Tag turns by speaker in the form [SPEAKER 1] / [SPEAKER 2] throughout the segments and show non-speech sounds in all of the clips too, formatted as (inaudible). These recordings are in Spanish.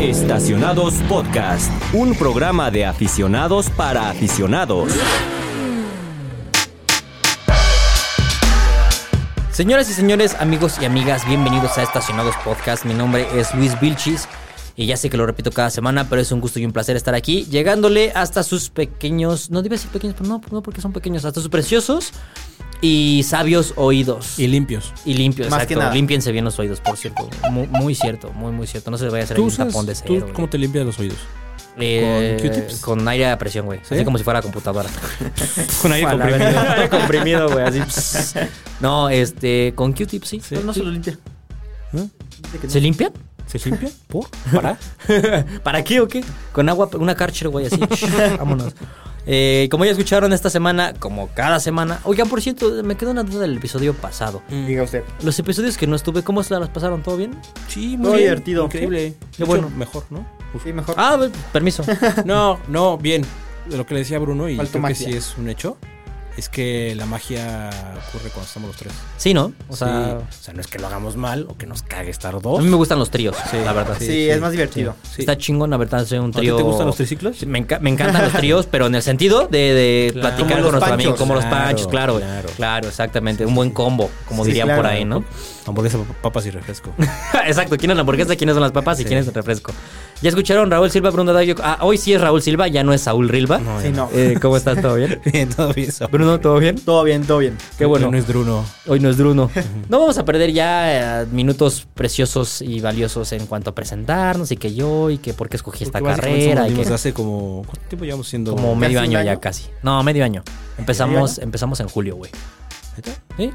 [SPEAKER 1] Estacionados Podcast, un programa de aficionados para aficionados.
[SPEAKER 2] Señoras y señores, amigos y amigas, bienvenidos a Estacionados Podcast. Mi nombre es Luis Vilchis y ya sé que lo repito cada semana, pero es un gusto y un placer estar aquí, llegándole hasta sus pequeños, no debe ser pequeños, pero no, no porque son pequeños, hasta sus preciosos y sabios oídos.
[SPEAKER 3] Y limpios.
[SPEAKER 2] Y limpio,
[SPEAKER 4] Más que
[SPEAKER 2] exacto.
[SPEAKER 4] nada.
[SPEAKER 2] Límpiense bien los oídos, por cierto. Muy, muy cierto, muy, muy cierto. No se les vaya a hacer ahí
[SPEAKER 3] ¿Tú,
[SPEAKER 2] un
[SPEAKER 3] usas-
[SPEAKER 2] tapón de
[SPEAKER 3] tú
[SPEAKER 2] cero.
[SPEAKER 3] cómo te limpias los oídos?
[SPEAKER 2] ¿Con
[SPEAKER 3] con Q-tips?
[SPEAKER 2] Eh, Con aire a presión, güey.
[SPEAKER 3] ¿Sí?
[SPEAKER 2] Así como si fuera computadora.
[SPEAKER 3] (laughs)
[SPEAKER 2] (laughs)
[SPEAKER 3] Con aire
[SPEAKER 2] Para
[SPEAKER 3] comprimido. (laughs)
[SPEAKER 2] ver, aire comprimido, güey. Así. pss. No, este, con Q-tips, sí.
[SPEAKER 3] Sí.
[SPEAKER 4] No se lo limpia.
[SPEAKER 3] ¿Eh?
[SPEAKER 2] ¿Se limpian?
[SPEAKER 3] ¿Se limpia?
[SPEAKER 2] (laughs)
[SPEAKER 3] ¿Por? (laughs) ¿Para?
[SPEAKER 2] ¿Para qué o qué? Con agua, una Karcher, güey,
[SPEAKER 3] (laughs)
[SPEAKER 2] así. Vámonos. Eh, como ya escucharon esta semana, como cada semana. Oigan, por cierto, me quedó una duda del episodio pasado.
[SPEAKER 4] Diga usted.
[SPEAKER 2] Los episodios que no estuve, ¿cómo se las pasaron? ¿Todo bien?
[SPEAKER 3] Sí,
[SPEAKER 4] Muy divertido.
[SPEAKER 3] Increíble.
[SPEAKER 2] Qué
[SPEAKER 3] De
[SPEAKER 2] bueno.
[SPEAKER 3] hecho, Mejor, ¿no?
[SPEAKER 4] Sí, mejor.
[SPEAKER 2] Ah, ve- permiso.
[SPEAKER 3] (laughs) No, no, bien. De lo que le decía Bruno, y
[SPEAKER 4] Faltó
[SPEAKER 3] creo que
[SPEAKER 4] magia.
[SPEAKER 3] sí es un hecho, es que la magia ocurre cuando estamos los tres.
[SPEAKER 2] Sí, ¿no? O sea,
[SPEAKER 3] Sí. O sea, no es que lo hagamos mal o que nos cague estar
[SPEAKER 2] a
[SPEAKER 3] dos.
[SPEAKER 2] mí me gustan los tríos,
[SPEAKER 3] Sí.
[SPEAKER 2] la verdad.
[SPEAKER 4] sí, es más divertido.
[SPEAKER 3] Sí.
[SPEAKER 2] Está chingón, la verdad, soy un
[SPEAKER 3] ti
[SPEAKER 2] trío.
[SPEAKER 3] te gustan los triciclos?
[SPEAKER 2] Sí, Me, enca- me encantan los tríos, pero en el sentido de, de
[SPEAKER 3] Claro.
[SPEAKER 2] platicar
[SPEAKER 3] Como
[SPEAKER 2] con
[SPEAKER 4] los
[SPEAKER 2] nuestros amigos,
[SPEAKER 4] panchos.
[SPEAKER 2] como los
[SPEAKER 3] Claro,
[SPEAKER 2] panchos, claro. Claro,
[SPEAKER 3] claro.
[SPEAKER 2] exactamente. un buen combo, como
[SPEAKER 4] Sí,
[SPEAKER 2] dirían
[SPEAKER 4] claro.
[SPEAKER 2] por ahí, ¿no? (laughs)
[SPEAKER 3] Hamburguesa, pap- papas y refresco. (laughs)
[SPEAKER 2] Exacto, ¿quién es la hamburguesa? ¿Quiénes son las papas? ¿Y
[SPEAKER 3] Sí.
[SPEAKER 2] quién es el refresco? Ya escucharon Raúl Silva, Bruno Daggio. Ah, hoy sí es Raúl Silva, ya no es Saúl Rilva.
[SPEAKER 4] Sí, no.
[SPEAKER 2] Eh, ¿Cómo estás? ¿Todo
[SPEAKER 3] (laughs)
[SPEAKER 2] bien?
[SPEAKER 3] bien, todo bien.
[SPEAKER 2] Bruno, ¿todo bien?
[SPEAKER 4] Todo bien, todo bien.
[SPEAKER 2] Qué bueno.
[SPEAKER 3] No es Bruno.
[SPEAKER 2] Hoy no es Bruno. No vamos a perder ya eh, minutos preciosos y valiosos en cuanto a presentarnos y que yo y que por qué escogí esta
[SPEAKER 3] Porque básicamente somos
[SPEAKER 2] carrera.
[SPEAKER 3] los
[SPEAKER 2] Y
[SPEAKER 3] mismos de
[SPEAKER 2] que,
[SPEAKER 3] hace como... ¿Cuánto tiempo llevamos siendo?
[SPEAKER 2] como
[SPEAKER 4] ¿Casi
[SPEAKER 2] medio
[SPEAKER 4] un
[SPEAKER 2] año
[SPEAKER 4] año?
[SPEAKER 2] ya casi. No, medio año. Empezamos, empezamos en julio, güey.
[SPEAKER 3] ¿Neta?
[SPEAKER 2] ¿Sí?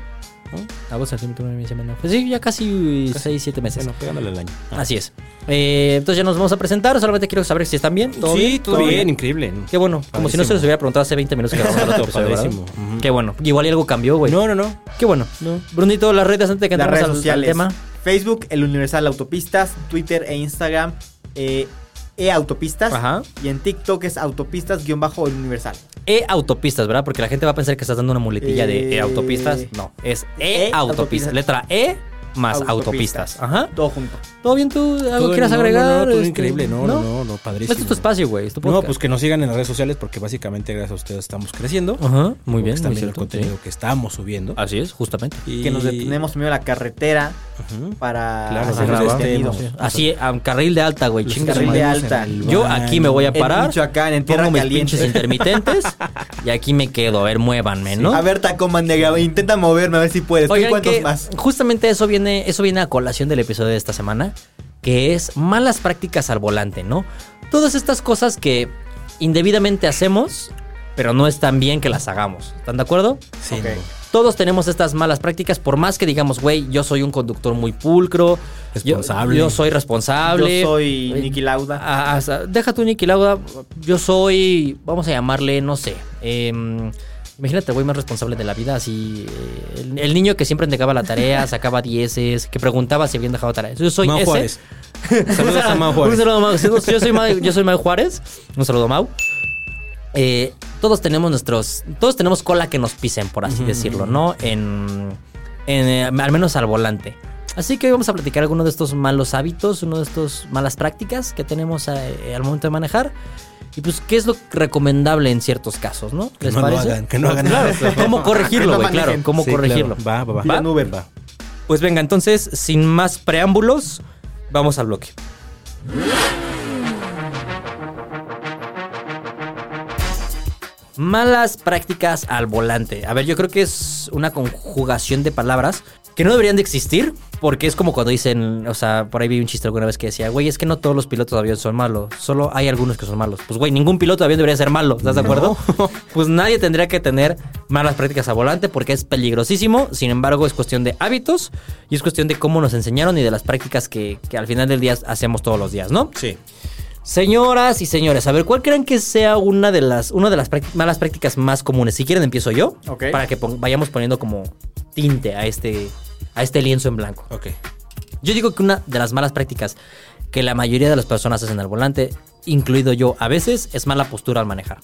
[SPEAKER 2] Agosto, septiembre, octubre, noviembre, diciembre. Pues sí, ya casi seis, siete meses. Ah.
[SPEAKER 3] Bueno, pegándole al año.
[SPEAKER 2] Así es. Eh, entonces ya nos vamos a presentar. Solamente quiero saber si están bien. ¿Todo
[SPEAKER 3] sí,
[SPEAKER 2] bien?
[SPEAKER 3] todo, bien, increíble.
[SPEAKER 2] Qué bueno. Como si no se
[SPEAKER 3] Padrísimo.
[SPEAKER 2] les hubiera preguntado hace 20 minutos que grabamos el otro episodio, ¿verdad?
[SPEAKER 3] Padrísimo. Ujú.
[SPEAKER 2] Qué bueno. Igual y algo cambió, güey.
[SPEAKER 3] No, no, no.
[SPEAKER 2] Qué bueno. Brunito, las redes antes de que
[SPEAKER 4] Las
[SPEAKER 2] entremos
[SPEAKER 4] redes
[SPEAKER 2] al- al,
[SPEAKER 4] sociales.
[SPEAKER 2] tema.
[SPEAKER 4] Facebook, el Universal Autopistas, Twitter e Instagram, eh, e-autopistas.
[SPEAKER 2] Ajá.
[SPEAKER 4] Y en TikTok es autopistas-universal.
[SPEAKER 2] E-autopistas, ¿verdad? Porque la gente va a pensar que estás dando una muletilla de
[SPEAKER 4] Eh,
[SPEAKER 2] e-autopistas. No, es e-autopistas.
[SPEAKER 4] autopistas.
[SPEAKER 2] Letra E más autopistas.
[SPEAKER 4] Autopistas.
[SPEAKER 2] Ajá.
[SPEAKER 4] Todo junto.
[SPEAKER 2] ¿Todo bien tú? ¿Algo
[SPEAKER 3] Todo-
[SPEAKER 2] quieras
[SPEAKER 3] no, no,
[SPEAKER 2] agregar?
[SPEAKER 3] No, todo
[SPEAKER 2] Este,
[SPEAKER 3] increíble. No, no, no, no, padrísimo.
[SPEAKER 2] Este es tu espacio, güey. es tu
[SPEAKER 3] No,
[SPEAKER 2] podcast.
[SPEAKER 3] pues que nos sigan en las redes sociales porque básicamente gracias a ustedes estamos creciendo.
[SPEAKER 2] pues, Ajá, Ah, muy
[SPEAKER 3] Porque
[SPEAKER 2] bien,
[SPEAKER 3] es
[SPEAKER 2] muy
[SPEAKER 3] también el
[SPEAKER 2] cierto.
[SPEAKER 3] contenido que estamos subiendo.
[SPEAKER 2] Así es, justamente.
[SPEAKER 3] Y-
[SPEAKER 4] Ah, Que nos detenemos en medio de la carretera
[SPEAKER 3] Ujú.
[SPEAKER 4] para
[SPEAKER 3] Claro,
[SPEAKER 4] hacer
[SPEAKER 3] grabar.
[SPEAKER 4] contenido.
[SPEAKER 3] Sí.
[SPEAKER 2] Así, a un carril de alta, güey.
[SPEAKER 3] Los
[SPEAKER 2] Chinga su
[SPEAKER 4] carril
[SPEAKER 2] madre.
[SPEAKER 4] de
[SPEAKER 3] estaremos en
[SPEAKER 4] alta.
[SPEAKER 3] el
[SPEAKER 2] Yo
[SPEAKER 3] baño.
[SPEAKER 2] aquí me voy a
[SPEAKER 4] En
[SPEAKER 2] parar.
[SPEAKER 4] Michoacán, en tierra
[SPEAKER 2] Pongo mis pinches
[SPEAKER 4] caliente.
[SPEAKER 2] intermitentes y aquí me quedo. A ver, muévanme, ¿no?
[SPEAKER 4] A ver, Tacoman, nega, intenta moverme a ver si puedes. ¿Tú
[SPEAKER 2] Oigan,
[SPEAKER 4] cuántos
[SPEAKER 2] que
[SPEAKER 4] más?
[SPEAKER 2] justamente eso viene, eso viene a colación del episodio de esta semana, que es malas prácticas al volante, ¿no? Todas estas cosas que indebidamente hacemos, pero no están bien que las hagamos. ¿Están de acuerdo?
[SPEAKER 3] Sí,
[SPEAKER 4] Ok.
[SPEAKER 3] no.
[SPEAKER 2] Todos tenemos estas malas prácticas, por más que digamos, güey, yo soy un conductor muy pulcro, yo-
[SPEAKER 3] Responsable.
[SPEAKER 2] yo, soy responsable,
[SPEAKER 4] Yo soy
[SPEAKER 2] eh,
[SPEAKER 4] Niki Lauda.
[SPEAKER 2] Ah, o sea, deja tu Niki Lauda. Yo soy, vamos a llamarle, no sé. em, imagínate, el güey más responsable de la vida. Así, eh, el, el niño que siempre entregaba la tarea, (laughs) sacaba dieces, que preguntaba si habían dejado tareas. Yo soy
[SPEAKER 3] Mau
[SPEAKER 2] ese.
[SPEAKER 3] Juárez. Saludos
[SPEAKER 2] (laughs)
[SPEAKER 3] a Mau Juárez.
[SPEAKER 2] Un saludo a Mau. Yo soy Mau, yo soy Mau Juárez. Un saludo, Mau. Eh, todos tenemos nuestros. Todos tenemos cola que nos pisen, por así decirlo, ¿no? En, en, eh, Al menos al volante. Así que hoy vamos a platicar alguno de estos malos hábitos, uno de estos malas prácticas que tenemos eh, al momento de manejar. Y pues, ¿qué es lo recomendable en ciertos casos, no?
[SPEAKER 3] Que no lo hagan, que no hagan
[SPEAKER 2] (laughs) Claro,
[SPEAKER 3] nada.
[SPEAKER 2] ¿Cómo corregirlo,
[SPEAKER 3] (laughs)
[SPEAKER 4] Que no
[SPEAKER 2] güey?
[SPEAKER 4] manejen.
[SPEAKER 2] Claro, ¿cómo
[SPEAKER 3] Sí,
[SPEAKER 2] corregirlo?
[SPEAKER 3] claro. Va, va, va.
[SPEAKER 4] Pidan Uber.
[SPEAKER 3] Va.
[SPEAKER 2] Pues venga, entonces, sin más preámbulos, vamos al bloque. Malas prácticas al volante. A ver, yo creo que es una conjugación de palabras que no deberían de existir, porque es como cuando dicen, o sea, por ahí vi un chiste alguna vez que decía, güey, es que no todos los pilotos de avión son malos, solo hay algunos que son malos. Pues, güey, ningún piloto de avión debería ser malo, ¿estás de acuerdo? pues nadie tendría que tener malas prácticas a volante porque es peligrosísimo, sin embargo, es cuestión de hábitos y es cuestión de cómo nos enseñaron y de las prácticas que, que al final del día hacemos todos los días, ¿no?
[SPEAKER 3] Sí.
[SPEAKER 2] Señoras y señores, a ver, ¿cuál creen que sea una de las, una de las práct- malas prácticas más comunes? Si quieren, empiezo yo.
[SPEAKER 4] Ok.
[SPEAKER 2] Para que pon- vayamos poniendo como tinte a este, a este lienzo en blanco.
[SPEAKER 3] Ok.
[SPEAKER 2] Yo digo que una de las malas prácticas que la mayoría de las personas hacen al volante, incluido yo a veces, es mala postura al manejar.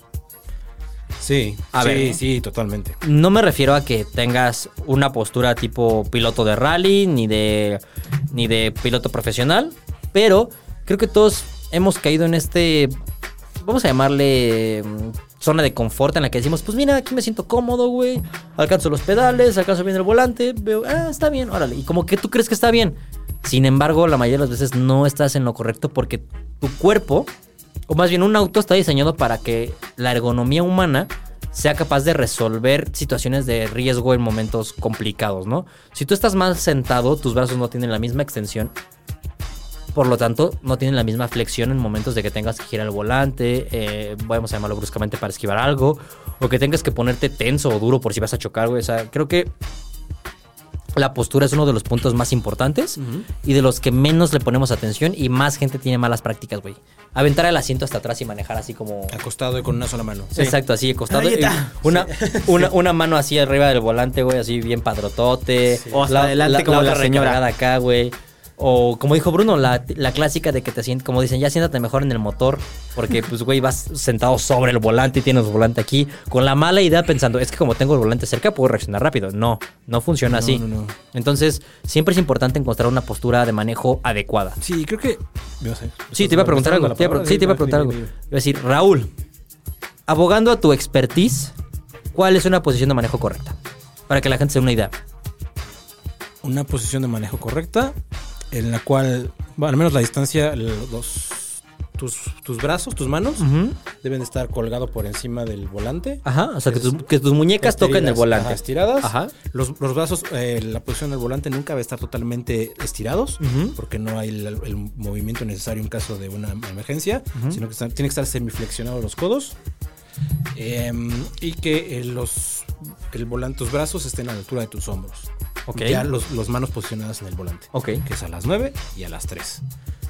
[SPEAKER 3] Sí.
[SPEAKER 2] A
[SPEAKER 3] sí,
[SPEAKER 2] ver.
[SPEAKER 3] sí, totalmente.
[SPEAKER 2] No me refiero a que tengas una postura tipo piloto de rally, ni de, ni de piloto profesional, pero creo que todos hemos caído en este, vamos a llamarle mm, zona de confort en la que decimos, pues mira, aquí me siento cómodo, güey, alcanzo los pedales, alcanzo bien el volante, veo, ah, está bien, órale, y como que tú crees que está bien. Sin embargo, la mayoría de las veces no estás en lo correcto porque tu cuerpo, o más bien un auto está diseñado para que la ergonomía humana sea capaz de resolver situaciones de riesgo en momentos complicados, ¿no? Si tú estás mal sentado, tus brazos no tienen la misma extensión por lo tanto, no tienen la misma flexión en momentos de que tengas que girar el volante, eh, vamos a llamarlo bruscamente para esquivar algo, o que tengas que ponerte tenso o duro por si vas a chocar, güey. O sea, creo que la postura es uno de los puntos más importantes y de los que menos le ponemos atención y más gente tiene malas prácticas, güey. Aventar el asiento hasta atrás y manejar así como...
[SPEAKER 3] Acostado y con una sola mano.
[SPEAKER 2] Exacto, así acostado.
[SPEAKER 4] Ahí
[SPEAKER 2] y
[SPEAKER 4] está.
[SPEAKER 2] Una, una, una mano así arriba del volante, güey, así bien padrotote.
[SPEAKER 4] O hasta adelante como la
[SPEAKER 2] otra
[SPEAKER 4] señora.
[SPEAKER 2] recargada acá, güey. O como dijo Bruno, la, la clásica de que te sientes, como dicen, ya siéntate mejor en el motor, porque pues, güey, vas sentado sobre el volante y tienes el volante aquí, con la mala idea pensando, es que como tengo el volante cerca, puedo reaccionar rápido. No, no funciona así.
[SPEAKER 3] no, no.
[SPEAKER 2] Entonces, siempre es importante encontrar una postura de manejo adecuada.
[SPEAKER 3] Sí, creo que. no sé.
[SPEAKER 2] Sí, te iba a preguntar
[SPEAKER 3] ¿Me estás dando
[SPEAKER 2] algo.
[SPEAKER 3] la
[SPEAKER 2] te iba a pre- sí, te iba a preguntar
[SPEAKER 3] palabra? dime,
[SPEAKER 2] algo.
[SPEAKER 3] dime,
[SPEAKER 2] Iba
[SPEAKER 3] dime.
[SPEAKER 2] a decir, Raúl, abogando a tu expertise, ¿cuál es una posición de manejo correcta? Para que la gente se dé una idea.
[SPEAKER 3] Una posición de manejo correcta, en la cual, bueno, al menos la distancia, los, tus, tus brazos, tus manos, deben de estar colgado por encima del volante.
[SPEAKER 2] Ajá, o sea, que
[SPEAKER 3] Es-
[SPEAKER 2] tus, que tus muñecas toquen el
[SPEAKER 3] Estiradas,
[SPEAKER 2] volante.
[SPEAKER 3] ajá, estiradas.
[SPEAKER 2] Ajá.
[SPEAKER 3] Los, los brazos, eh, la posición del volante nunca va a estar totalmente estirados
[SPEAKER 2] Ujú.
[SPEAKER 3] porque no hay el, el movimiento necesario en caso de una emergencia, sino que están- tiene que estar semiflexionados los codos eh, y que eh, los que el volante, tus brazos estén a la altura de tus hombros.
[SPEAKER 2] Ok.
[SPEAKER 3] Y Ya los, los manos posicionadas en el volante.
[SPEAKER 2] Ok.
[SPEAKER 3] Que es a las 9 y a las 3.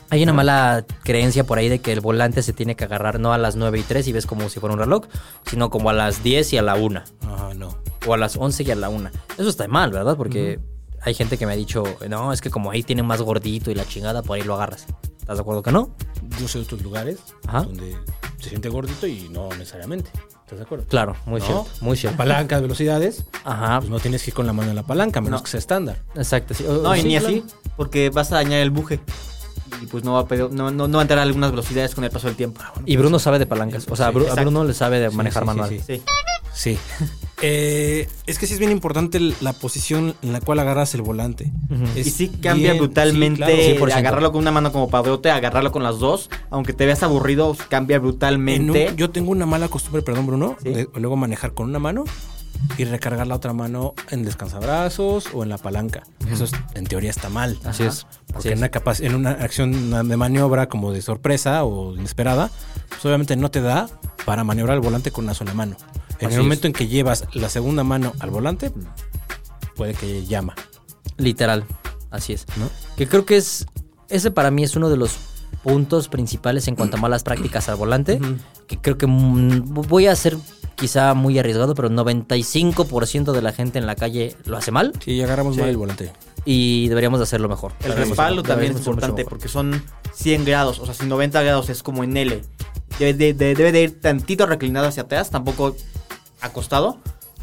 [SPEAKER 2] Hay una mala creencia por ahí de que el volante se tiene que agarrar no a las 9 y 3 y ves como si fuera un reloj, sino como a las 10 y a la 1.
[SPEAKER 3] Ajá, no.
[SPEAKER 2] o a las 11 y a la 1. Eso está mal, ¿verdad? Porque hay gente que me ha dicho, no, es que como ahí tiene más gordito y la chingada, por ahí lo agarras. ¿Estás de acuerdo que no?
[SPEAKER 3] Yo sé de otros lugares
[SPEAKER 2] Ajá.
[SPEAKER 3] donde se siente gordito y no necesariamente. ¿Estás de acuerdo?
[SPEAKER 2] Claro, muy
[SPEAKER 3] ¿No?
[SPEAKER 2] cierto, muy cierto.
[SPEAKER 3] Palanca de velocidades.
[SPEAKER 2] Ajá,
[SPEAKER 3] pues no tienes que ir con la mano en la palanca, a menos
[SPEAKER 4] No.
[SPEAKER 3] que sea estándar.
[SPEAKER 2] exacto. sí. O-
[SPEAKER 4] No, y
[SPEAKER 2] sí,
[SPEAKER 4] ni
[SPEAKER 2] claro.
[SPEAKER 4] así, porque vas a dañar el buje. Y pues no va a, pedo- no, no, no va a entrar a algunas velocidades con el paso del tiempo. Ah,
[SPEAKER 2] Y Bruno sabe de palancas, o sea,
[SPEAKER 4] Sí,
[SPEAKER 2] a Bru- a
[SPEAKER 4] exacto.
[SPEAKER 2] Bruno le sabe de
[SPEAKER 3] Sí,
[SPEAKER 2] manejar
[SPEAKER 3] sí, sí,
[SPEAKER 2] manual.
[SPEAKER 3] sí.
[SPEAKER 4] pues, Sí.
[SPEAKER 3] (laughs) Sí. Eh, es que sí es bien importante el- la posición en la cual agarras el volante.
[SPEAKER 2] Ujú.
[SPEAKER 3] Es
[SPEAKER 4] Y sí cambia
[SPEAKER 3] bien- sí,
[SPEAKER 4] brutalmente
[SPEAKER 3] claro.
[SPEAKER 4] de
[SPEAKER 2] 100%.
[SPEAKER 4] agarrarlo con una mano como padrote, agarrarlo con las dos. Aunque te veas aburrido, cambia
[SPEAKER 3] En un-
[SPEAKER 4] brutalmente.
[SPEAKER 3] yo tengo una mala costumbre, perdón Bruno,
[SPEAKER 4] Sí.
[SPEAKER 3] de luego manejar con una mano y recargar la otra mano en descansabrazos o en la palanca. Eso es- en teoría está mal.
[SPEAKER 2] Así
[SPEAKER 3] Ajá.
[SPEAKER 2] es. Así
[SPEAKER 3] Porque
[SPEAKER 2] es.
[SPEAKER 3] en, una capaz, en una acción de maniobra como de sorpresa o inesperada, pues obviamente no te da para maniobrar el volante con una sola mano. En
[SPEAKER 2] Así
[SPEAKER 3] el
[SPEAKER 2] es.
[SPEAKER 3] momento en que llevas la segunda mano al volante, puede que llama.
[SPEAKER 2] Literal, así es.
[SPEAKER 3] ¿No?
[SPEAKER 2] Que creo que es, ese para mí es uno de los puntos principales en cuanto a malas prácticas al volante, que creo que mm, voy a ser quizá muy arriesgado, pero 95% de la gente en la calle lo hace mal.
[SPEAKER 3] Si agarramos
[SPEAKER 4] Sí.
[SPEAKER 3] mal el volante.
[SPEAKER 2] y deberíamos de hacerlo mejor.
[SPEAKER 4] El
[SPEAKER 2] Deberíamos
[SPEAKER 4] respaldo
[SPEAKER 2] hacerlo-
[SPEAKER 4] también es
[SPEAKER 2] deberíamos hacerlo
[SPEAKER 4] importante
[SPEAKER 2] mejor.
[SPEAKER 4] porque son 100 grados, o sea, si 90 grados es como en L. Debe de, de- debe de ir tantito reclinado hacia atrás, tampoco acostado,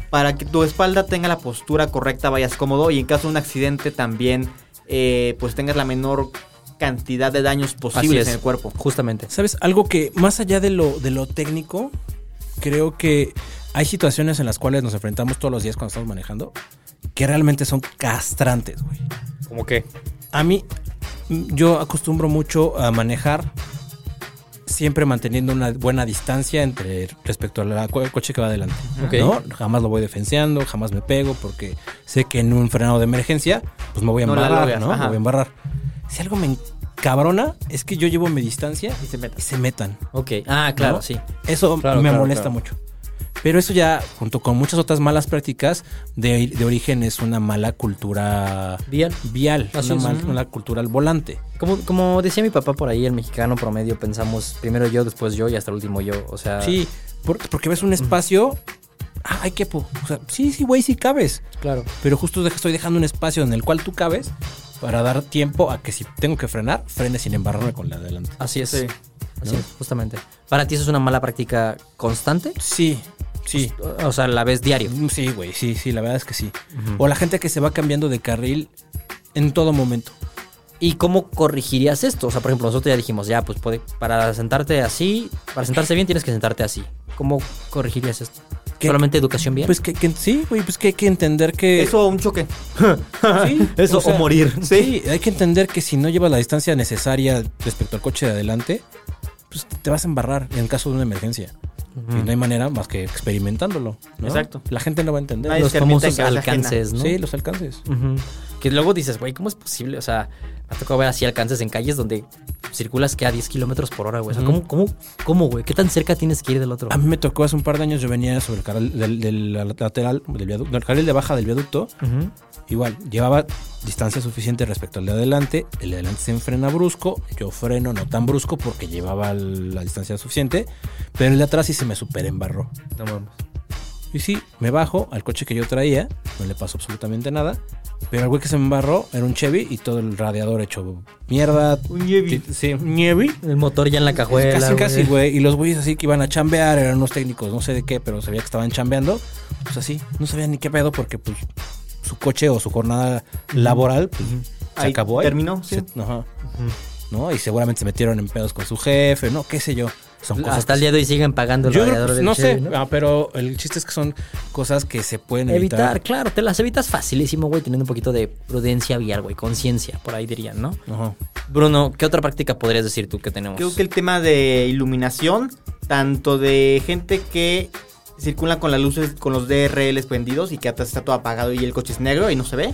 [SPEAKER 4] para que tu espalda tenga la postura correcta, vayas cómodo y en caso de un accidente también, eh, pues tengas la menor cantidad de daños posibles
[SPEAKER 2] es.
[SPEAKER 4] en el cuerpo.
[SPEAKER 2] Justamente.
[SPEAKER 3] ¿Sabes? Algo que más allá de lo, de lo técnico, creo que hay situaciones en las cuales nos enfrentamos todos los días cuando estamos manejando que realmente son castrantes, güey.
[SPEAKER 2] ¿Cómo qué?
[SPEAKER 3] A mí, mm, yo acostumbro mucho a manejar siempre manteniendo una buena distancia entre respecto al co- coche que va adelante.
[SPEAKER 2] Ok.
[SPEAKER 3] ¿no? Jamás lo voy defenseando, jamás me pego porque sé que en un frenado de emergencia pues me voy a
[SPEAKER 4] No la
[SPEAKER 3] embarrar,
[SPEAKER 4] logras,
[SPEAKER 3] ¿no?
[SPEAKER 4] ajá.
[SPEAKER 3] Me voy a embarrar. Si algo me encabrona es que yo llevo mi distancia
[SPEAKER 4] Y se meta.
[SPEAKER 3] y se metan.
[SPEAKER 2] Ok. Ah, claro,
[SPEAKER 3] ¿no?
[SPEAKER 2] sí.
[SPEAKER 3] Eso
[SPEAKER 2] Claro,
[SPEAKER 3] me
[SPEAKER 2] claro,
[SPEAKER 3] molesta
[SPEAKER 2] claro.
[SPEAKER 3] mucho. Pero eso ya, junto con muchas otras malas prácticas, de, de origen es una mala cultura
[SPEAKER 2] Vial.
[SPEAKER 3] vial,
[SPEAKER 2] Así
[SPEAKER 3] una,
[SPEAKER 2] es.
[SPEAKER 3] mal- una cultura al volante.
[SPEAKER 2] Como, como decía mi papá por ahí, el mexicano promedio pensamos primero yo, después yo y hasta el último yo. O sea,
[SPEAKER 3] Sí, por- porque ves un espacio. Ah, ay, qué po. O sea, sí, sí, güey, sí cabes.
[SPEAKER 2] claro.
[SPEAKER 3] Pero justo de- estoy dejando un espacio en el cual tú cabes para dar tiempo a que si tengo que frenar, frene sin embarrarme con la de adelante.
[SPEAKER 2] Así es.
[SPEAKER 4] Sí.
[SPEAKER 2] Así es, justamente. Para ti eso es una mala práctica constante.
[SPEAKER 3] Sí, sí.
[SPEAKER 2] O sea, la ves diario.
[SPEAKER 3] Mm, Sí, güey, sí, sí, la verdad es que sí. O la gente que se va cambiando de carril en todo momento.
[SPEAKER 2] ¿Y cómo corrigirías esto? O sea, por ejemplo, nosotros ya dijimos, ya, pues puede, para sentarte así, para sentarse bien tienes que sentarte así. ¿Cómo corrigirías esto?
[SPEAKER 3] ¿Qué-
[SPEAKER 2] ¿Solamente educación bien?
[SPEAKER 3] Pues que, que- sí, güey, pues que hay que entender que.
[SPEAKER 4] Eso un choque.
[SPEAKER 3] (laughs) sí,
[SPEAKER 2] (laughs) eso, o morir.
[SPEAKER 3] Sí, hay que entender que si no llevas la distancia necesaria respecto al coche de adelante, pues te vas a embarrar en caso de una emergencia.
[SPEAKER 2] Ujú.
[SPEAKER 3] Y no hay manera más que experimentándolo. ¿no?
[SPEAKER 4] Exacto.
[SPEAKER 3] La gente no va a entender.
[SPEAKER 4] Nadie
[SPEAKER 3] Los-
[SPEAKER 2] Los
[SPEAKER 4] se permite en
[SPEAKER 2] famosos
[SPEAKER 4] casa ajena.
[SPEAKER 2] alcances, Pues, ¿no?
[SPEAKER 3] Sí, los alcances.
[SPEAKER 2] Ujú. Que luego dices, güey, ¿cómo es posible? O sea, me ha tocado ver así alcances en calles donde circulas que a 10 kilómetros por hora, güey. O sea,
[SPEAKER 3] Ujú.
[SPEAKER 2] ¿cómo, cómo, cómo, güey? ¿Qué tan cerca tienes que ir del otro?
[SPEAKER 3] A mí me tocó hace un par de años, yo venía sobre el carril del, del lateral, del viaducto, del carril de baja del viaducto.
[SPEAKER 2] Ujú.
[SPEAKER 3] Igual, llevaba distancia suficiente respecto al de adelante. El de adelante se frena brusco. Yo freno no tan brusco porque llevaba el- la distancia suficiente. Pero el de atrás sí se me super embarró.
[SPEAKER 2] No mames.
[SPEAKER 3] Y sí, me bajo al coche que yo traía. No le pasó absolutamente nada. Pero el güey que se me embarró era un Chevy y todo el radiador hecho mierda.
[SPEAKER 4] Un Chevy.
[SPEAKER 3] Sí.
[SPEAKER 4] Nieve.
[SPEAKER 2] El motor ya en la cajuela.
[SPEAKER 3] Casi,
[SPEAKER 2] güey.
[SPEAKER 3] casi, güey. Y los güeyes así que iban a chambear, eran unos técnicos, no sé de qué, pero sabía que estaban chambeando. Pues así, no sabían ni qué pedo porque, pues, su coche o su jornada laboral pues, se
[SPEAKER 4] Ahí
[SPEAKER 3] acabó. ahí.
[SPEAKER 4] terminó, sí.
[SPEAKER 3] Se- ajá. ¿No? Y seguramente se metieron en pedos con su jefe, ¿no? ¿Qué sé yo? Son cosas.
[SPEAKER 2] Pues Hasta el día de hoy siguen pagando el
[SPEAKER 3] Yo creo-
[SPEAKER 2] radiador del
[SPEAKER 3] no sé,
[SPEAKER 2] Chevy,
[SPEAKER 3] ah, pero el chiste es que son cosas que se pueden
[SPEAKER 2] Evitar,
[SPEAKER 3] evitar.
[SPEAKER 2] claro, te las evitas facilísimo, güey, teniendo un poquito de prudencia vial, güey, conciencia, por ahí dirían, ¿no?
[SPEAKER 3] Ajá.
[SPEAKER 2] Bruno, ¿qué otra práctica podrías decir tú que tenemos?
[SPEAKER 4] Creo que el tema de iluminación, tanto de gente que circula con las luces, con los DRLs prendidos y que atrás está todo apagado y el coche es negro y no se ve,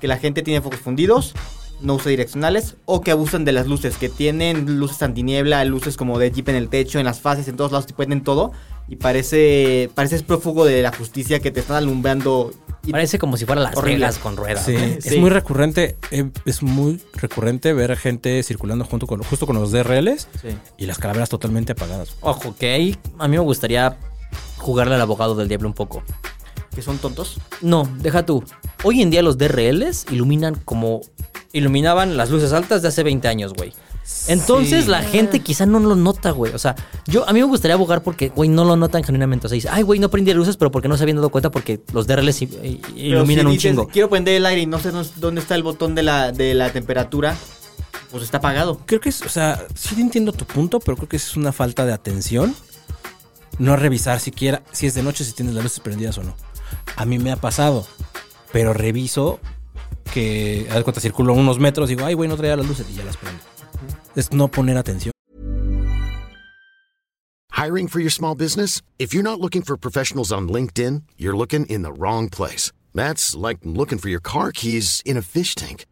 [SPEAKER 4] que la gente tiene focos fundidos, no usa direccionales o que abusan de las luces, que tienen luces antiniebla, luces como de jeep en el techo, en las faces, en todos lados, te pueden todo y parece pareces prófugo de la justicia que te están alumbrando. Y
[SPEAKER 2] Parece como si fuera las
[SPEAKER 4] Horrible.
[SPEAKER 2] reglas con ruedas.
[SPEAKER 3] Sí,
[SPEAKER 2] ¿no?
[SPEAKER 3] es muy recurrente, eh, es muy recurrente ver gente circulando junto con, justo con los DRLs
[SPEAKER 4] Sí.
[SPEAKER 3] y las calaveras totalmente apagadas.
[SPEAKER 2] Ojo, que ahí a mí me gustaría jugarle al abogado del diablo un poco.
[SPEAKER 4] que son tontos.
[SPEAKER 2] No, deja tú. Hoy en día los DRLs iluminan como iluminaban las luces altas de hace 20 años, güey. Entonces
[SPEAKER 3] Sí.
[SPEAKER 2] la gente quizá no lo nota, güey. O sea, yo a mí me gustaría abogar porque, güey, no lo notan genuinamente. O sea, dice, ay, güey, no prendí luces, pero porque no se habían dado cuenta porque los DRLs i- i-
[SPEAKER 4] Pero
[SPEAKER 2] iluminan
[SPEAKER 4] si
[SPEAKER 2] un
[SPEAKER 4] dices,
[SPEAKER 2] chingo.
[SPEAKER 4] Quiero prender el aire y no sé dónde- dónde está el botón de la, de la temperatura. Pues está apagado.
[SPEAKER 3] Creo que es, o sea, sí entiendo tu punto, pero creo que es una falta de atención no revisar siquiera si es de noche, si tienes las luces prendidas o no. A mí me ha pasado, pero reviso que, a ver cuánto circulo unos metros, digo, ay, güey, no traía las luces y ya las prendo. Es no poner atención.
[SPEAKER 5] Hiring for your small business? If you're not looking for professionals on LinkedIn, you're looking in the wrong place. That's like looking for your car keys in a fish tank.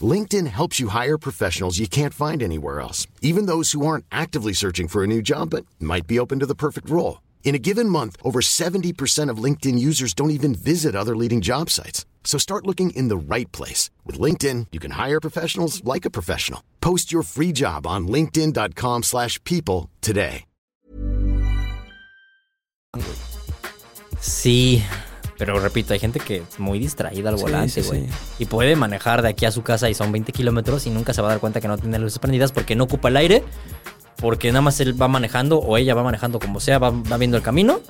[SPEAKER 5] LinkedIn helps you hire professionals you can't find anywhere else, even those who aren't actively searching for a new job but might be open to the perfect role. In a given month, over 70% of LinkedIn users don't even visit other leading job sites. So start looking in the right place. With LinkedIn, you can hire professionals like a professional. Post your free job on linkedin.com/people slash people today.
[SPEAKER 2] Sí, pero repito, hay gente que es muy distraída al
[SPEAKER 3] Sí,
[SPEAKER 2] volante,
[SPEAKER 3] sí,
[SPEAKER 2] güey.
[SPEAKER 3] sí.
[SPEAKER 2] Y puede manejar de aquí a su casa y son 20 kilómetros y nunca se va a dar cuenta que no tiene luces prendidas porque no ocupa el aire, porque nada más él va manejando o ella va manejando como sea, va, va viendo el camino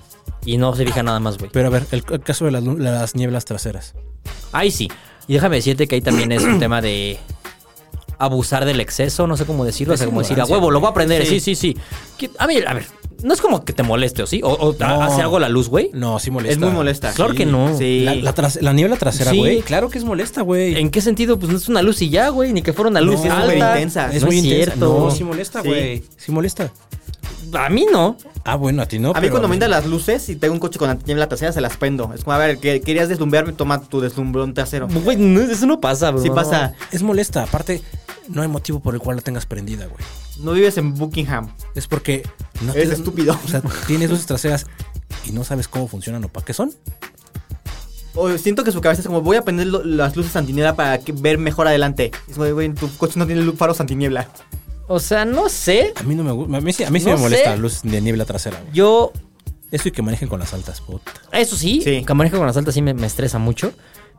[SPEAKER 2] y no se fija nada más, güey.
[SPEAKER 3] Pero a ver, el, el caso de las, lu- las nieblas traseras.
[SPEAKER 2] Ahí sí. Y déjame decirte que ahí también es un tema de abusar del exceso, no sé cómo decirlo, o
[SPEAKER 3] Es
[SPEAKER 2] sea, como decir, a
[SPEAKER 3] ignorancia,
[SPEAKER 2] huevo, lo voy a aprender, sí,
[SPEAKER 4] Sí.
[SPEAKER 2] sí, sí. Que- A ver, a ver, no es como que te moleste, ¿o sí? ¿O, o
[SPEAKER 3] No.
[SPEAKER 2] hace algo la luz, güey?
[SPEAKER 3] No, sí molesta.
[SPEAKER 4] Es muy molesta.
[SPEAKER 2] Claro que no.
[SPEAKER 4] Sí.
[SPEAKER 3] La, la tras- la niebla trasera,
[SPEAKER 2] Sí.
[SPEAKER 3] güey. Claro que es molesta, güey.
[SPEAKER 2] ¿En qué sentido? Pues no es una luz y ya, güey, ni que fuera una luz
[SPEAKER 4] es
[SPEAKER 2] alta.
[SPEAKER 4] súper intensa.
[SPEAKER 2] no es
[SPEAKER 3] intensa.
[SPEAKER 2] cierto.
[SPEAKER 3] No, sí molesta,
[SPEAKER 4] Sí.
[SPEAKER 3] güey. Sí. molesta.
[SPEAKER 2] A mí no.
[SPEAKER 3] Ah, bueno, a ti no.
[SPEAKER 4] a mí
[SPEAKER 3] pero-
[SPEAKER 4] cuando me entran las luces y tengo un coche con antiniebla trasera, se las prendo. Es como, a ver, que- querías deslumbrarme, toma tu deslumbrón trasero.
[SPEAKER 2] Güey, no, eso no pasa, bro.
[SPEAKER 4] Si pasa,
[SPEAKER 3] Es molesta. Aparte, no hay motivo por el cual la tengas prendida, güey.
[SPEAKER 4] no vives en Buckingham.
[SPEAKER 3] Es porque. No
[SPEAKER 4] Eres estúpido.
[SPEAKER 3] O sea, tienes luces traseras y no sabes cómo funcionan o para qué son.
[SPEAKER 4] O siento que su cabeza es como, voy a prender lo- las luces antiniebla para que- ver mejor adelante. Es como, güey, tu coche no tiene lu- faros antiniebla.
[SPEAKER 2] O sea, no sé.
[SPEAKER 3] A mí no me gusta. A mí sí, a mí sí
[SPEAKER 2] No
[SPEAKER 3] me molesta
[SPEAKER 2] sé.
[SPEAKER 3] las luces de niebla trasera, güey.
[SPEAKER 2] Yo,
[SPEAKER 3] Eso y que manejen con las altas, puta.
[SPEAKER 2] eso sí,
[SPEAKER 4] Sí.
[SPEAKER 2] que manejo con las altas sí me, me estresa mucho.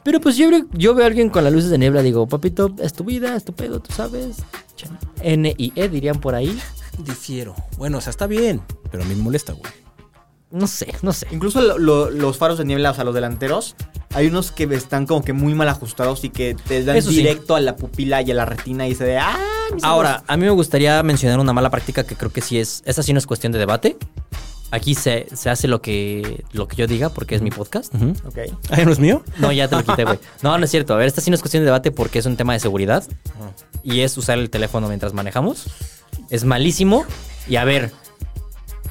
[SPEAKER 2] Pero pues yo, creo- yo veo a alguien con las luces de niebla, digo, papito, es tu vida, es tu pedo, tú sabes. Chan. N y E dirían por ahí.
[SPEAKER 3] Difiero. Bueno, o sea, está bien, pero a mí me molesta, güey.
[SPEAKER 2] No sé, no sé.
[SPEAKER 4] Incluso lo- lo- los faros de niebla, o sea, los delanteros, Hay unos que están como que muy mal ajustados y que te dan
[SPEAKER 2] Eso sí.
[SPEAKER 4] directo a la pupila y a la retina y se de ¡ah! mis
[SPEAKER 2] Ahora,
[SPEAKER 4] ojos!
[SPEAKER 2] a mí me gustaría mencionar una mala práctica que creo que sí es. Esa sí no es cuestión de debate. Aquí se, se hace lo que, lo que yo diga porque es mi podcast.
[SPEAKER 4] Ok.
[SPEAKER 3] ¿Ah, no es mío?
[SPEAKER 2] No, ya te lo quité, güey. No, no es cierto. A ver, esta sí no es cuestión de debate porque es un tema de seguridad. Y es usar el teléfono mientras manejamos. Es malísimo. Y a ver,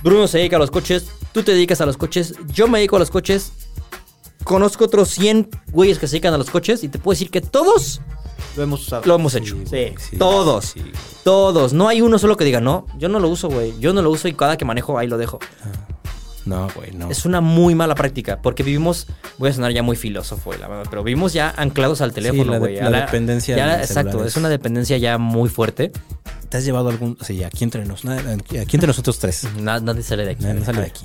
[SPEAKER 2] Bruno se dedica a los coches, tú te dedicas a los coches, yo me dedico a los coches. Conozco otros 100 güeyes que se dedican a los coches y te puedo decir que todos
[SPEAKER 4] Lo hemos usado.
[SPEAKER 2] lo hemos hecho.
[SPEAKER 4] Sí.
[SPEAKER 3] Sí,
[SPEAKER 2] todos.
[SPEAKER 3] sí.
[SPEAKER 2] Todos. No hay uno solo que diga, no, yo no lo uso, güey. Yo no lo uso y cada que manejo ahí lo dejo.
[SPEAKER 3] No, güey, no.
[SPEAKER 2] Ah. Es una muy mala práctica porque vivimos, voy a sonar ya muy filósofo, la verdad, pero vivimos ya anclados al teléfono,
[SPEAKER 3] la de-
[SPEAKER 2] güey. a
[SPEAKER 3] la dependencia
[SPEAKER 2] ya,
[SPEAKER 3] de los
[SPEAKER 2] exacto,
[SPEAKER 3] celulares.
[SPEAKER 2] es una dependencia ya muy fuerte.
[SPEAKER 3] ¿Te has llevado algún. Sí, aquí entre, nos, nada, aquí aquí entre nosotros tres.
[SPEAKER 2] Na- nadie sale de aquí.
[SPEAKER 3] Nada, no sale de aquí.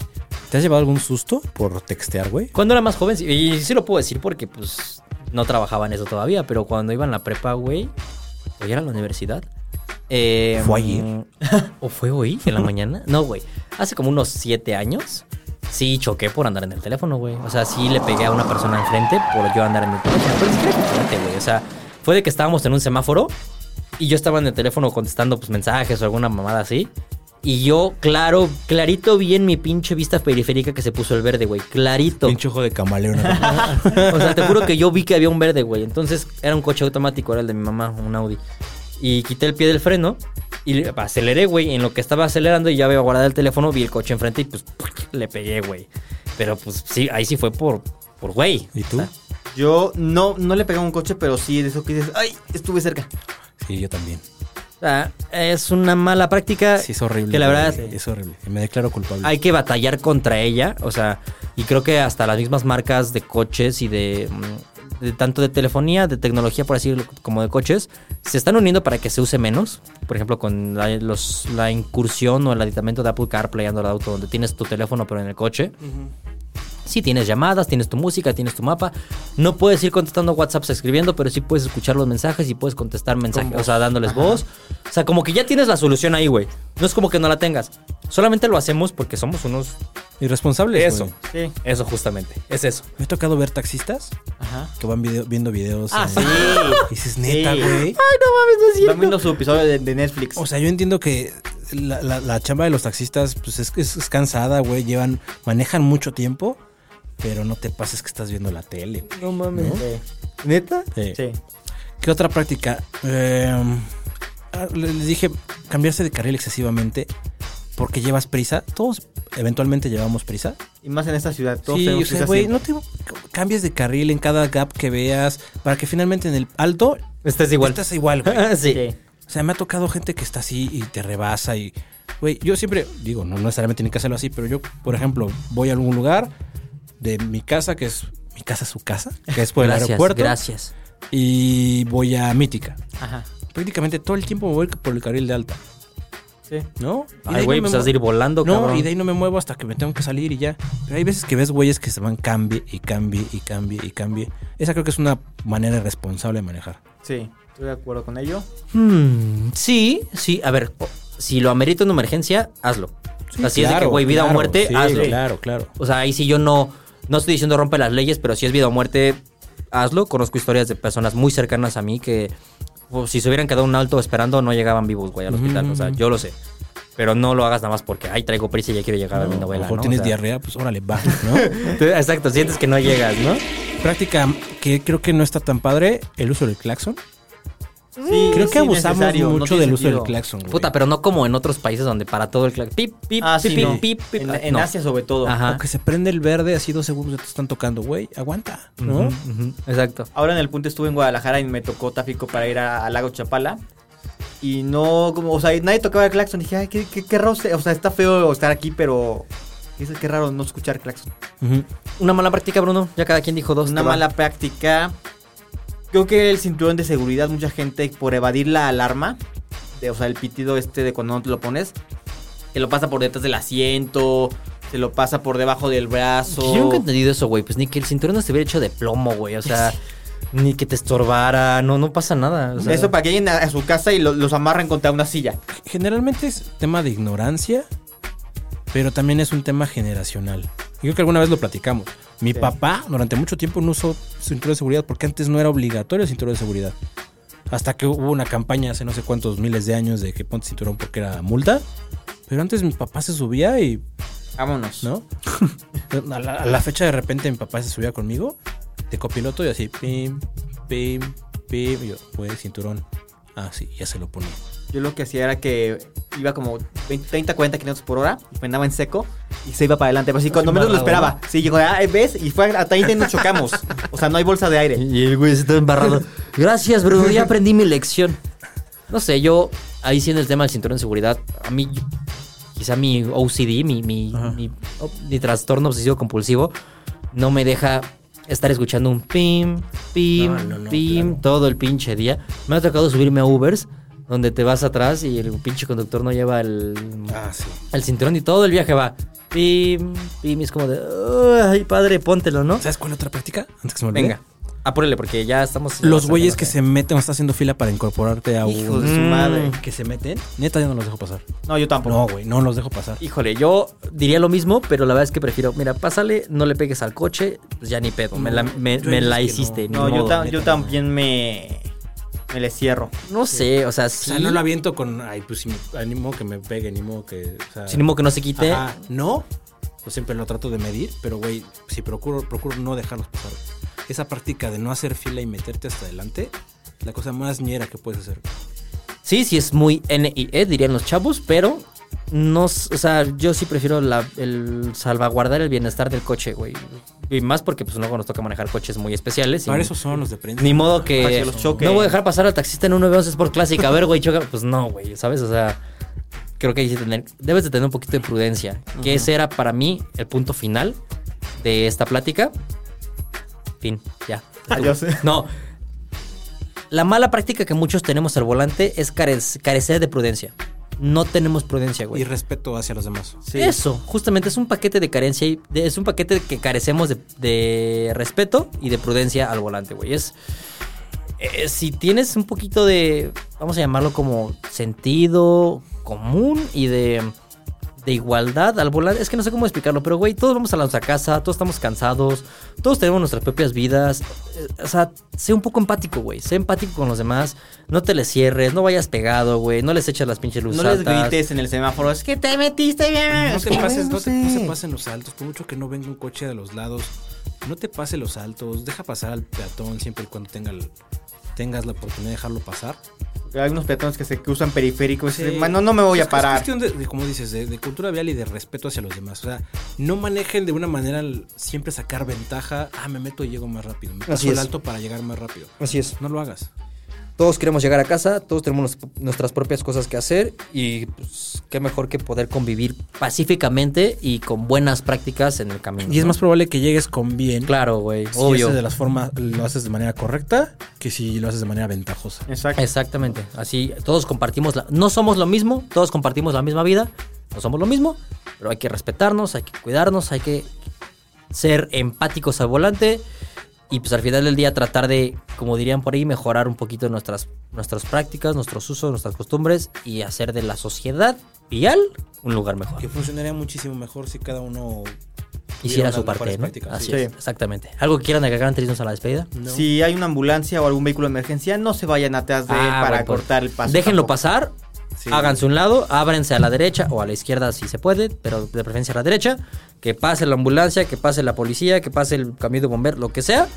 [SPEAKER 3] ¿Te has llevado algún susto por textear, güey?
[SPEAKER 2] Cuando era más joven, sí- y sí lo puedo decir porque pues no trabajaba en eso todavía, pero cuando iba en la prepa, güey, o ya era la universidad. eh,
[SPEAKER 3] Fue ayer.
[SPEAKER 2] mm, (laughs) ¿O fue hoy en la mañana? No, güey. Hace como unos siete años. Sí, choqué por andar en el teléfono, güey. O sea, sí le pegué a una persona enfrente por yo andar en el teléfono. Pero ni siquiera fue enfrente, güey. O sea, fue de que estábamos en un semáforo y yo estaba en el teléfono contestando pues mensajes o alguna mamada así. Y yo, claro, clarito vi en mi pinche vista periférica que se puso el verde, güey. Clarito.
[SPEAKER 3] Pinche ojo de camaleón. (laughs) ¿no?
[SPEAKER 2] O sea, te juro que yo vi que había un verde, güey. Entonces era un coche automático, era el de mi mamá, un Audi. Y quité el pie del freno y le- aceleré, güey. En lo que estaba acelerando y ya había guardado el teléfono, vi el coche enfrente y pues le pegué, güey. Pero pues sí, ahí sí fue por, por güey.
[SPEAKER 3] ¿Y tú?
[SPEAKER 4] Yo no, no le pegaba un coche, pero sí de eso que dices, ¡ay! Estuve cerca.
[SPEAKER 3] Sí, yo también.
[SPEAKER 2] O sea, es una mala práctica.
[SPEAKER 3] Sí, es horrible.
[SPEAKER 2] Ah, Que la
[SPEAKER 3] güey,
[SPEAKER 2] verdad
[SPEAKER 3] Es horrible. Y Me declaro culpable.
[SPEAKER 2] hay que batallar contra ella. O sea, y creo que hasta las mismas marcas de coches y de, mm, de tanto de telefonía, de tecnología, por así decirlo, como de coches, se están uniendo para que se use menos. Por ejemplo, con la, los- la incursión o el aditamento de Apple CarPlay Android Auto, donde tienes tu teléfono pero en el coche. Sí, tienes llamadas, tienes tu música, tienes tu mapa. No puedes ir contestando WhatsApps escribiendo, pero sí puedes escuchar los mensajes y puedes contestar mensajes, o sea, dándoles voz. O sea, como que ya tienes la solución ahí, güey. No es como que no la tengas. Solamente lo hacemos porque somos unos.
[SPEAKER 3] Irresponsables.
[SPEAKER 2] Eso.
[SPEAKER 3] güey.
[SPEAKER 4] Sí.
[SPEAKER 2] Eso, justamente. Es eso.
[SPEAKER 3] Me ha tocado ver taxistas
[SPEAKER 4] Ajá.
[SPEAKER 3] que van video- viendo videos.
[SPEAKER 4] Ah,
[SPEAKER 3] en-
[SPEAKER 4] sí. (laughs)
[SPEAKER 3] Y dices, neta,
[SPEAKER 4] Sí.
[SPEAKER 3] güey.
[SPEAKER 4] Van viendo su episodio de, de Netflix.
[SPEAKER 3] O sea, yo entiendo que la, la- la chamba de los taxistas pues es, es- es cansada, güey. Llevan, manejan mucho tiempo, pero no te pases que estás viendo la tele.
[SPEAKER 4] no mames. ¿Neta?
[SPEAKER 3] Sí.
[SPEAKER 4] Sí.
[SPEAKER 3] ¿Qué otra práctica? Eh, ah, le- les dije cambiarse de carril excesivamente porque llevas prisa. Todos eventualmente llevamos prisa.
[SPEAKER 4] Y más en esta ciudad. Todos
[SPEAKER 3] sí,
[SPEAKER 4] tenemos
[SPEAKER 3] o sea,
[SPEAKER 4] prisa
[SPEAKER 3] güey,
[SPEAKER 4] siempre.
[SPEAKER 3] no te cambies de carril en cada gap que veas para que finalmente en el alto
[SPEAKER 2] Estás igual. (laughs)
[SPEAKER 3] estás igual, güey.
[SPEAKER 2] sí.
[SPEAKER 4] Sí.
[SPEAKER 3] O sea, me ha tocado gente que está así y te rebasa y... Güey, yo siempre, digo, no necesariamente tienen que hacerlo así, pero yo, por ejemplo, voy a algún lugar de mi casa, que es mi casa, su casa, que es por el
[SPEAKER 2] Gracias,
[SPEAKER 3] aeropuerto,
[SPEAKER 2] gracias.
[SPEAKER 3] y voy a Mítica.
[SPEAKER 4] Ajá.
[SPEAKER 3] Prácticamente todo el tiempo me voy por el carril de alta,
[SPEAKER 4] Sí.
[SPEAKER 3] ¿no? Y de
[SPEAKER 2] Ay,
[SPEAKER 3] ahí
[SPEAKER 2] güey,
[SPEAKER 3] no
[SPEAKER 2] pues
[SPEAKER 3] me
[SPEAKER 2] has de ir volando,
[SPEAKER 3] no,
[SPEAKER 2] cabrón.
[SPEAKER 3] y de ahí no me muevo hasta que me tengo que salir y ya. Pero hay veces que ves güeyes que se van cambie y cambie y cambie y cambie. Esa creo que es una manera responsable de manejar.
[SPEAKER 4] Sí. Estoy de acuerdo con ello.
[SPEAKER 2] Hmm, sí, sí. A ver, o- si lo amerita una emergencia, hazlo. Así es de que, güey, vida o
[SPEAKER 3] claro,
[SPEAKER 2] muerte,
[SPEAKER 3] sí,
[SPEAKER 2] hazlo.
[SPEAKER 3] Claro, claro.
[SPEAKER 2] O sea, ahí sí yo no, no estoy diciendo rompe las leyes, pero si es vida o muerte, hazlo. Conozco historias de personas muy cercanas a mí que o si se hubieran quedado un alto esperando no llegaban vivos, güey, al hospital. O sea,
[SPEAKER 3] Mm.
[SPEAKER 2] yo lo sé. Pero no lo hagas nada más porque, ay, traigo prisa y ya quiero llegar a mi novela.
[SPEAKER 3] Mejor
[SPEAKER 2] ¿no?
[SPEAKER 3] tienes
[SPEAKER 2] O sea,
[SPEAKER 3] diarrea, pues órale, va, ¿no?
[SPEAKER 2] te- Exacto, sientes que no llegas, ¿no?
[SPEAKER 3] (laughs) Práctica que creo que no está tan padre, el uso del claxon.
[SPEAKER 4] Sí,
[SPEAKER 3] Creo que
[SPEAKER 4] sí,
[SPEAKER 3] abusamos
[SPEAKER 4] necesario, no
[SPEAKER 3] mucho
[SPEAKER 4] tiene
[SPEAKER 3] del uso del
[SPEAKER 4] sentido.
[SPEAKER 3] claxon, güey.
[SPEAKER 2] Puta, pero no como en otros países donde para todo el clac. Pip, pip,
[SPEAKER 4] Ah,
[SPEAKER 2] pip,
[SPEAKER 4] sí,
[SPEAKER 2] pip,
[SPEAKER 4] no.
[SPEAKER 2] pip, pip.
[SPEAKER 4] En,
[SPEAKER 2] Ah,
[SPEAKER 4] en
[SPEAKER 2] no.
[SPEAKER 4] Asia sobre todo.
[SPEAKER 2] Ajá.
[SPEAKER 3] O que se prende el verde así dos segundos te están tocando, güey, aguanta, ¿no?
[SPEAKER 2] Ujú, Exacto.
[SPEAKER 4] Ahora en el punto estuve en Guadalajara y me tocó tráfico para ir a- al lago Chapala. Y no, como, o sea, nadie tocaba el claxon. Dije, ay, qué, qué, qué raro. se- O sea, está feo estar aquí, pero. Dices, qué raro no escuchar claxon.
[SPEAKER 3] Ujú.
[SPEAKER 2] Una mala práctica, Bruno. Ya cada quien dijo dos.
[SPEAKER 4] Una
[SPEAKER 2] te va.
[SPEAKER 4] mala práctica. Creo que el cinturón de seguridad, mucha gente por evadir la alarma, de- o sea, el pitido este de cuando no te lo pones, que lo pasa por detrás del asiento, se lo pasa por debajo del brazo.
[SPEAKER 2] Yo nunca he entendido eso, güey. Pues ni que el cinturón no se hubiera hecho de plomo, güey. O
[SPEAKER 4] (laughs)
[SPEAKER 2] sea, ni que te estorbara. No, no pasa nada. o sea.
[SPEAKER 4] Eso para que lleguen a, a su casa y lo- los amarren contra una silla.
[SPEAKER 3] Generalmente es tema de ignorancia, pero también es un tema generacional. Y Creo que alguna vez lo platicamos. Mi papá durante mucho tiempo no usó cinturón de seguridad porque antes no era obligatorio el cinturón de seguridad. Hasta que hubo una campaña hace no sé cuántos miles de años de que ponte cinturón porque era multa. Pero antes mi papá se subía y, (laughs)
[SPEAKER 4] Vámonos.
[SPEAKER 3] ¿no? a, la, a la fecha de repente mi papá se subía conmigo de copiloto y así, pim, pim, pim. Y yo, pues cinturón. Ah, sí, ya se lo ponía.
[SPEAKER 4] Yo lo que hacía era que iba como 20, 30, 40 kilómetros por hora, me andaba en seco y se iba para adelante. Pero así, cuando menos lo
[SPEAKER 2] embarrado,
[SPEAKER 4] esperaba. Sí, llegó, ah, ves, y fue a 30 y nos chocamos. O sea, no hay bolsa de aire.
[SPEAKER 2] Y el güey se está embarrado. Gracias, Bruno, ya aprendí mi lección. No sé, yo ahí sí en el tema del cinturón de seguridad, a mí quizá mi OCD, mi, mi, mi, mi trastorno obsesivo compulsivo, no me deja estar escuchando un pim, pim,
[SPEAKER 3] No, no, no,
[SPEAKER 2] pim todo el pinche día. Me ha tocado subirme a Ubers donde te vas atrás y el pinche conductor no lleva el
[SPEAKER 3] Ah, sí.
[SPEAKER 2] el cinturón y todo el viaje va pim, pim, y es como de, ay, padre, póntelo, ¿no?
[SPEAKER 3] ¿Sabes cuál otra práctica? Antes que se me olvide.
[SPEAKER 2] Venga, apúrele porque ya estamos...
[SPEAKER 3] Los güeyes que se meten o está haciendo fila para incorporarte a
[SPEAKER 4] Hijo
[SPEAKER 3] un...
[SPEAKER 4] de su
[SPEAKER 2] Mm.
[SPEAKER 4] madre.
[SPEAKER 3] Que se meten. Neta, yo no los dejo pasar.
[SPEAKER 4] No, yo tampoco.
[SPEAKER 3] No, güey, no los dejo pasar.
[SPEAKER 2] Híjole, yo diría lo mismo, pero la verdad es que prefiero, mira, pásale, no le pegues al coche, pues ya ni pedo, me la, me,
[SPEAKER 3] yo
[SPEAKER 2] me
[SPEAKER 3] es
[SPEAKER 2] la
[SPEAKER 3] que no.
[SPEAKER 2] hiciste. ni
[SPEAKER 4] No, yo,
[SPEAKER 2] modo,
[SPEAKER 4] ta-
[SPEAKER 2] neta.
[SPEAKER 4] yo también me, me le cierro.
[SPEAKER 2] No sé, o sea,
[SPEAKER 3] O
[SPEAKER 2] sí,
[SPEAKER 3] sea, no lo aviento con, ay, pues si me animo que me pegue, animo que. O sea,
[SPEAKER 2] sin modo que no se quite.
[SPEAKER 3] Ajá, no. Yo siempre lo trato de medir, pero güey, si procuro, procuro no dejarlos pasar. Esa práctica de no hacer fila y meterte hasta adelante, es la cosa más ñera que puedes hacer.
[SPEAKER 2] Sí, sí es muy NIE, dirían los chavos, pero no, s- o sea, yo sí prefiero la- el salvaguardar el bienestar del coche, güey. Y más porque pues luego nos toca manejar coches muy especiales. y-
[SPEAKER 3] Para eso son los de prensa.
[SPEAKER 2] Ni modo que,
[SPEAKER 4] Para que los choque.
[SPEAKER 2] no voy a dejar pasar al taxista en un 911 Sport Classic. A ver, güey, choca. Pues no, güey, ¿sabes? O sea, creo que hay que tener, debes de tener un poquito de prudencia. Que ese era para mí el punto final de esta plática. Fin, ya.
[SPEAKER 4] Ya sé.
[SPEAKER 2] No. La mala práctica que muchos tenemos al volante es carec- carecer de prudencia. No tenemos prudencia, güey.
[SPEAKER 3] Y respeto hacia los demás.
[SPEAKER 2] Eso, justamente es un paquete de carencia y de- es un paquete que carecemos de, de respeto y de prudencia al volante, güey. Es eh, si tienes un poquito de, vamos a llamarlo como sentido común y de de igualdad al volante. Es que no sé cómo explicarlo, pero güey, todos vamos a nuestra casa, todos estamos cansados, todos tenemos nuestras propias vidas. Eh, O sea, sé un poco empático, güey. Sé empático con los demás. No te les cierres, no vayas pegado, güey. No les eches las pinches luces.
[SPEAKER 4] No les grites en el semáforo, es que te metiste bien.
[SPEAKER 3] No te pases, no, te, no se pasen los altos. Por mucho que no venga un coche de los lados, no te pase los altos. Deja pasar al peatón siempre y cuando tenga el- tengas la oportunidad de dejarlo pasar.
[SPEAKER 4] Hay unos peatones que se que usan periféricos. y
[SPEAKER 3] Sí. Pues
[SPEAKER 4] dicen, "Man, No, no me voy
[SPEAKER 3] Es-
[SPEAKER 4] a
[SPEAKER 3] Es
[SPEAKER 4] parar.
[SPEAKER 3] cuestión de, de, como dices, de, de cultura vial y de respeto hacia los demás. O sea, no manejen de una manera al- siempre sacar ventaja. Ah, me meto y llego más rápido. Me
[SPEAKER 2] Así
[SPEAKER 3] paso el
[SPEAKER 2] es.
[SPEAKER 3] alto para llegar más rápido.
[SPEAKER 2] Así es.
[SPEAKER 3] No lo hagas.
[SPEAKER 2] Todos queremos llegar a casa, todos tenemos nos- nuestras propias cosas que hacer y pues, qué mejor que poder convivir pacíficamente y con buenas prácticas en el camino.
[SPEAKER 3] Y es
[SPEAKER 2] ¿no?
[SPEAKER 3] más probable que llegues con bien.
[SPEAKER 2] claro, güey,
[SPEAKER 3] Si
[SPEAKER 2] obvio.
[SPEAKER 3] de las formas lo haces de manera correcta que si lo haces de manera ventajosa.
[SPEAKER 4] Exacto.
[SPEAKER 2] Exactamente, así todos compartimos, la- no somos lo mismo, todos compartimos la misma vida, no somos lo mismo, pero hay que respetarnos, hay que cuidarnos, hay que ser empáticos al volante y pues al final del día tratar de, como dirían por ahí, mejorar un poquito nuestras, nuestras prácticas, nuestros usos, nuestras costumbres y hacer de la sociedad vial un lugar mejor.
[SPEAKER 3] Que funcionaría muchísimo mejor si cada uno
[SPEAKER 2] Hiciera
[SPEAKER 3] unas
[SPEAKER 2] su parte,
[SPEAKER 3] mejores
[SPEAKER 2] ¿no?
[SPEAKER 3] prácticas,
[SPEAKER 2] Así
[SPEAKER 3] sí.
[SPEAKER 2] es,
[SPEAKER 4] Sí.
[SPEAKER 2] exactamente. ¿Algo que quieran agregar antes de irnos a la despedida?
[SPEAKER 4] Si hay una ambulancia o algún vehículo de emergencia, no se vayan atrás de él
[SPEAKER 2] Ah,
[SPEAKER 4] para
[SPEAKER 2] buen punto.
[SPEAKER 4] cortar el paso.
[SPEAKER 2] Déjenlo
[SPEAKER 4] tampoco.
[SPEAKER 2] pasar. Háganse un lado, ábrense a la derecha o a la izquierda si se puede, pero de preferencia a la derecha. Que pase la ambulancia, que pase la policía, que pase el camión de bomberos, lo que sea.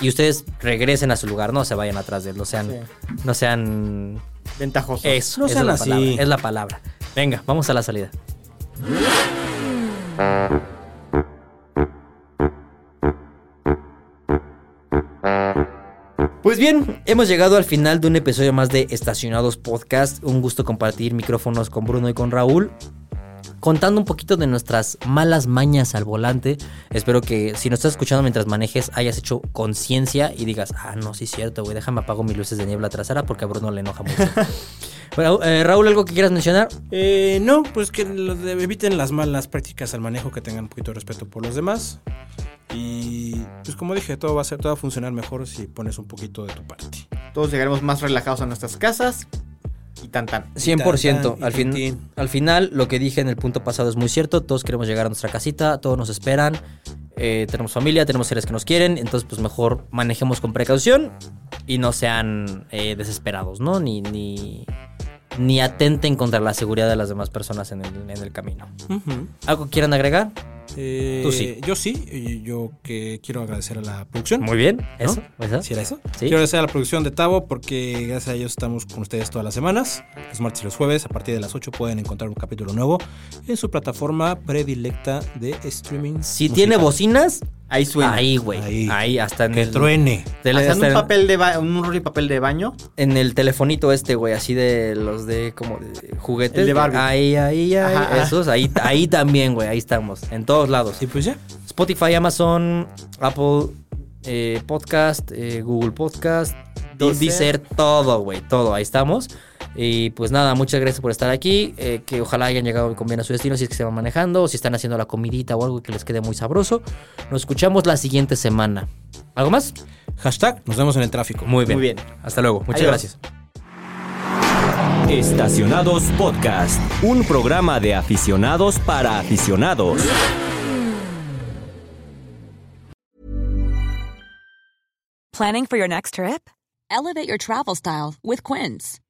[SPEAKER 2] Y ustedes regresen a su lugar, no se vayan atrás de él, no sean. No sean.
[SPEAKER 4] Ventajoso.
[SPEAKER 2] Eso,
[SPEAKER 3] No
[SPEAKER 2] esa
[SPEAKER 3] sean
[SPEAKER 2] es, la
[SPEAKER 3] así.
[SPEAKER 2] palabra, es la palabra. Venga, vamos a la salida. Pues bien, hemos llegado al final de un episodio más de Estacionados Podcast. Un gusto compartir micrófonos con Bruno y con Raúl. Contando un poquito de nuestras malas mañas al volante. Espero que si nos estás escuchando mientras manejes, hayas hecho conciencia y digas, ah, no, sí es cierto, güey, déjame apago mis luces de niebla trasera porque a Bruno le enoja mucho. Bueno, eh, Raúl, ¿algo que quieras mencionar?
[SPEAKER 3] Eh, no, pues que lo de- eviten las malas prácticas al manejo, que tengan un poquito de respeto por los demás. Y pues como dije, todo va a ser, todo va a funcionar mejor si pones un poquito de tu parte.
[SPEAKER 4] Todos llegaremos más relajados a nuestras casas y tan tan.
[SPEAKER 2] 100%.
[SPEAKER 3] Y
[SPEAKER 2] Al, fin-
[SPEAKER 3] Tintín.
[SPEAKER 2] al final, lo que dije en el punto pasado es muy cierto. Todos queremos llegar a nuestra casita, todos nos esperan. eh, tenemos familia, tenemos seres que nos quieren, entonces pues mejor manejemos con precaución y no sean eh, desesperados, ¿no? Ni, ni, ni atenten contra la seguridad de las demás personas en el, en el camino.
[SPEAKER 3] Ujú.
[SPEAKER 2] ¿Algo que quieran agregar?
[SPEAKER 3] Eh,
[SPEAKER 2] Tú sí.
[SPEAKER 3] Yo sí, y yo que quiero agradecer a la producción.
[SPEAKER 2] Muy bien,
[SPEAKER 3] ¿no?
[SPEAKER 2] eso. ¿Eso?
[SPEAKER 3] ¿Sí era eso?
[SPEAKER 2] Sí.
[SPEAKER 3] Quiero agradecer a la producción de Tavo porque gracias a ellos estamos con ustedes todas las semanas, los martes y los jueves. A partir de las 8 pueden encontrar un capítulo nuevo en su plataforma predilecta de streaming.
[SPEAKER 2] Si tiene
[SPEAKER 3] musical.
[SPEAKER 2] bocinas,
[SPEAKER 4] Ahí suena.
[SPEAKER 2] ahí, güey.
[SPEAKER 3] Ahí.
[SPEAKER 2] Ahí. hasta en
[SPEAKER 3] Que
[SPEAKER 2] el-
[SPEAKER 3] truene.
[SPEAKER 2] tele-
[SPEAKER 4] Hacen
[SPEAKER 2] hasta
[SPEAKER 4] un
[SPEAKER 2] en-
[SPEAKER 4] papel de ba- un rollo de papel de baño.
[SPEAKER 2] En el telefonito este, güey, así de los de como de juguetes.
[SPEAKER 4] El de Barbie.
[SPEAKER 2] Ahí, ahí, ahí.
[SPEAKER 4] Ajá.
[SPEAKER 2] Esos, ahí, ahí también, güey. Ahí estamos. En todos lados.
[SPEAKER 3] Y pues ya.
[SPEAKER 2] Spotify, Amazon, Apple eh, Podcast, eh, Google Podcast, Di-
[SPEAKER 4] Deezer.
[SPEAKER 2] Deezer, todo, güey, todo, ahí estamos. Y pues nada, muchas gracias por estar aquí. eh, que ojalá hayan llegado con bien a su destino si es que se van manejando o si están haciendo la comidita o algo que les quede muy sabroso. Nos escuchamos la siguiente semana. ¿Algo más?
[SPEAKER 3] Hashtag, nos vemos en el tráfico.
[SPEAKER 2] Muy bien.
[SPEAKER 4] Muy bien.
[SPEAKER 2] Hasta luego. Muchas
[SPEAKER 4] Adiós.
[SPEAKER 2] gracias.
[SPEAKER 1] Estacionados Podcast, un programa de aficionados para aficionados.
[SPEAKER 6] Planning for your next trip? Elevate your travel style with Quince.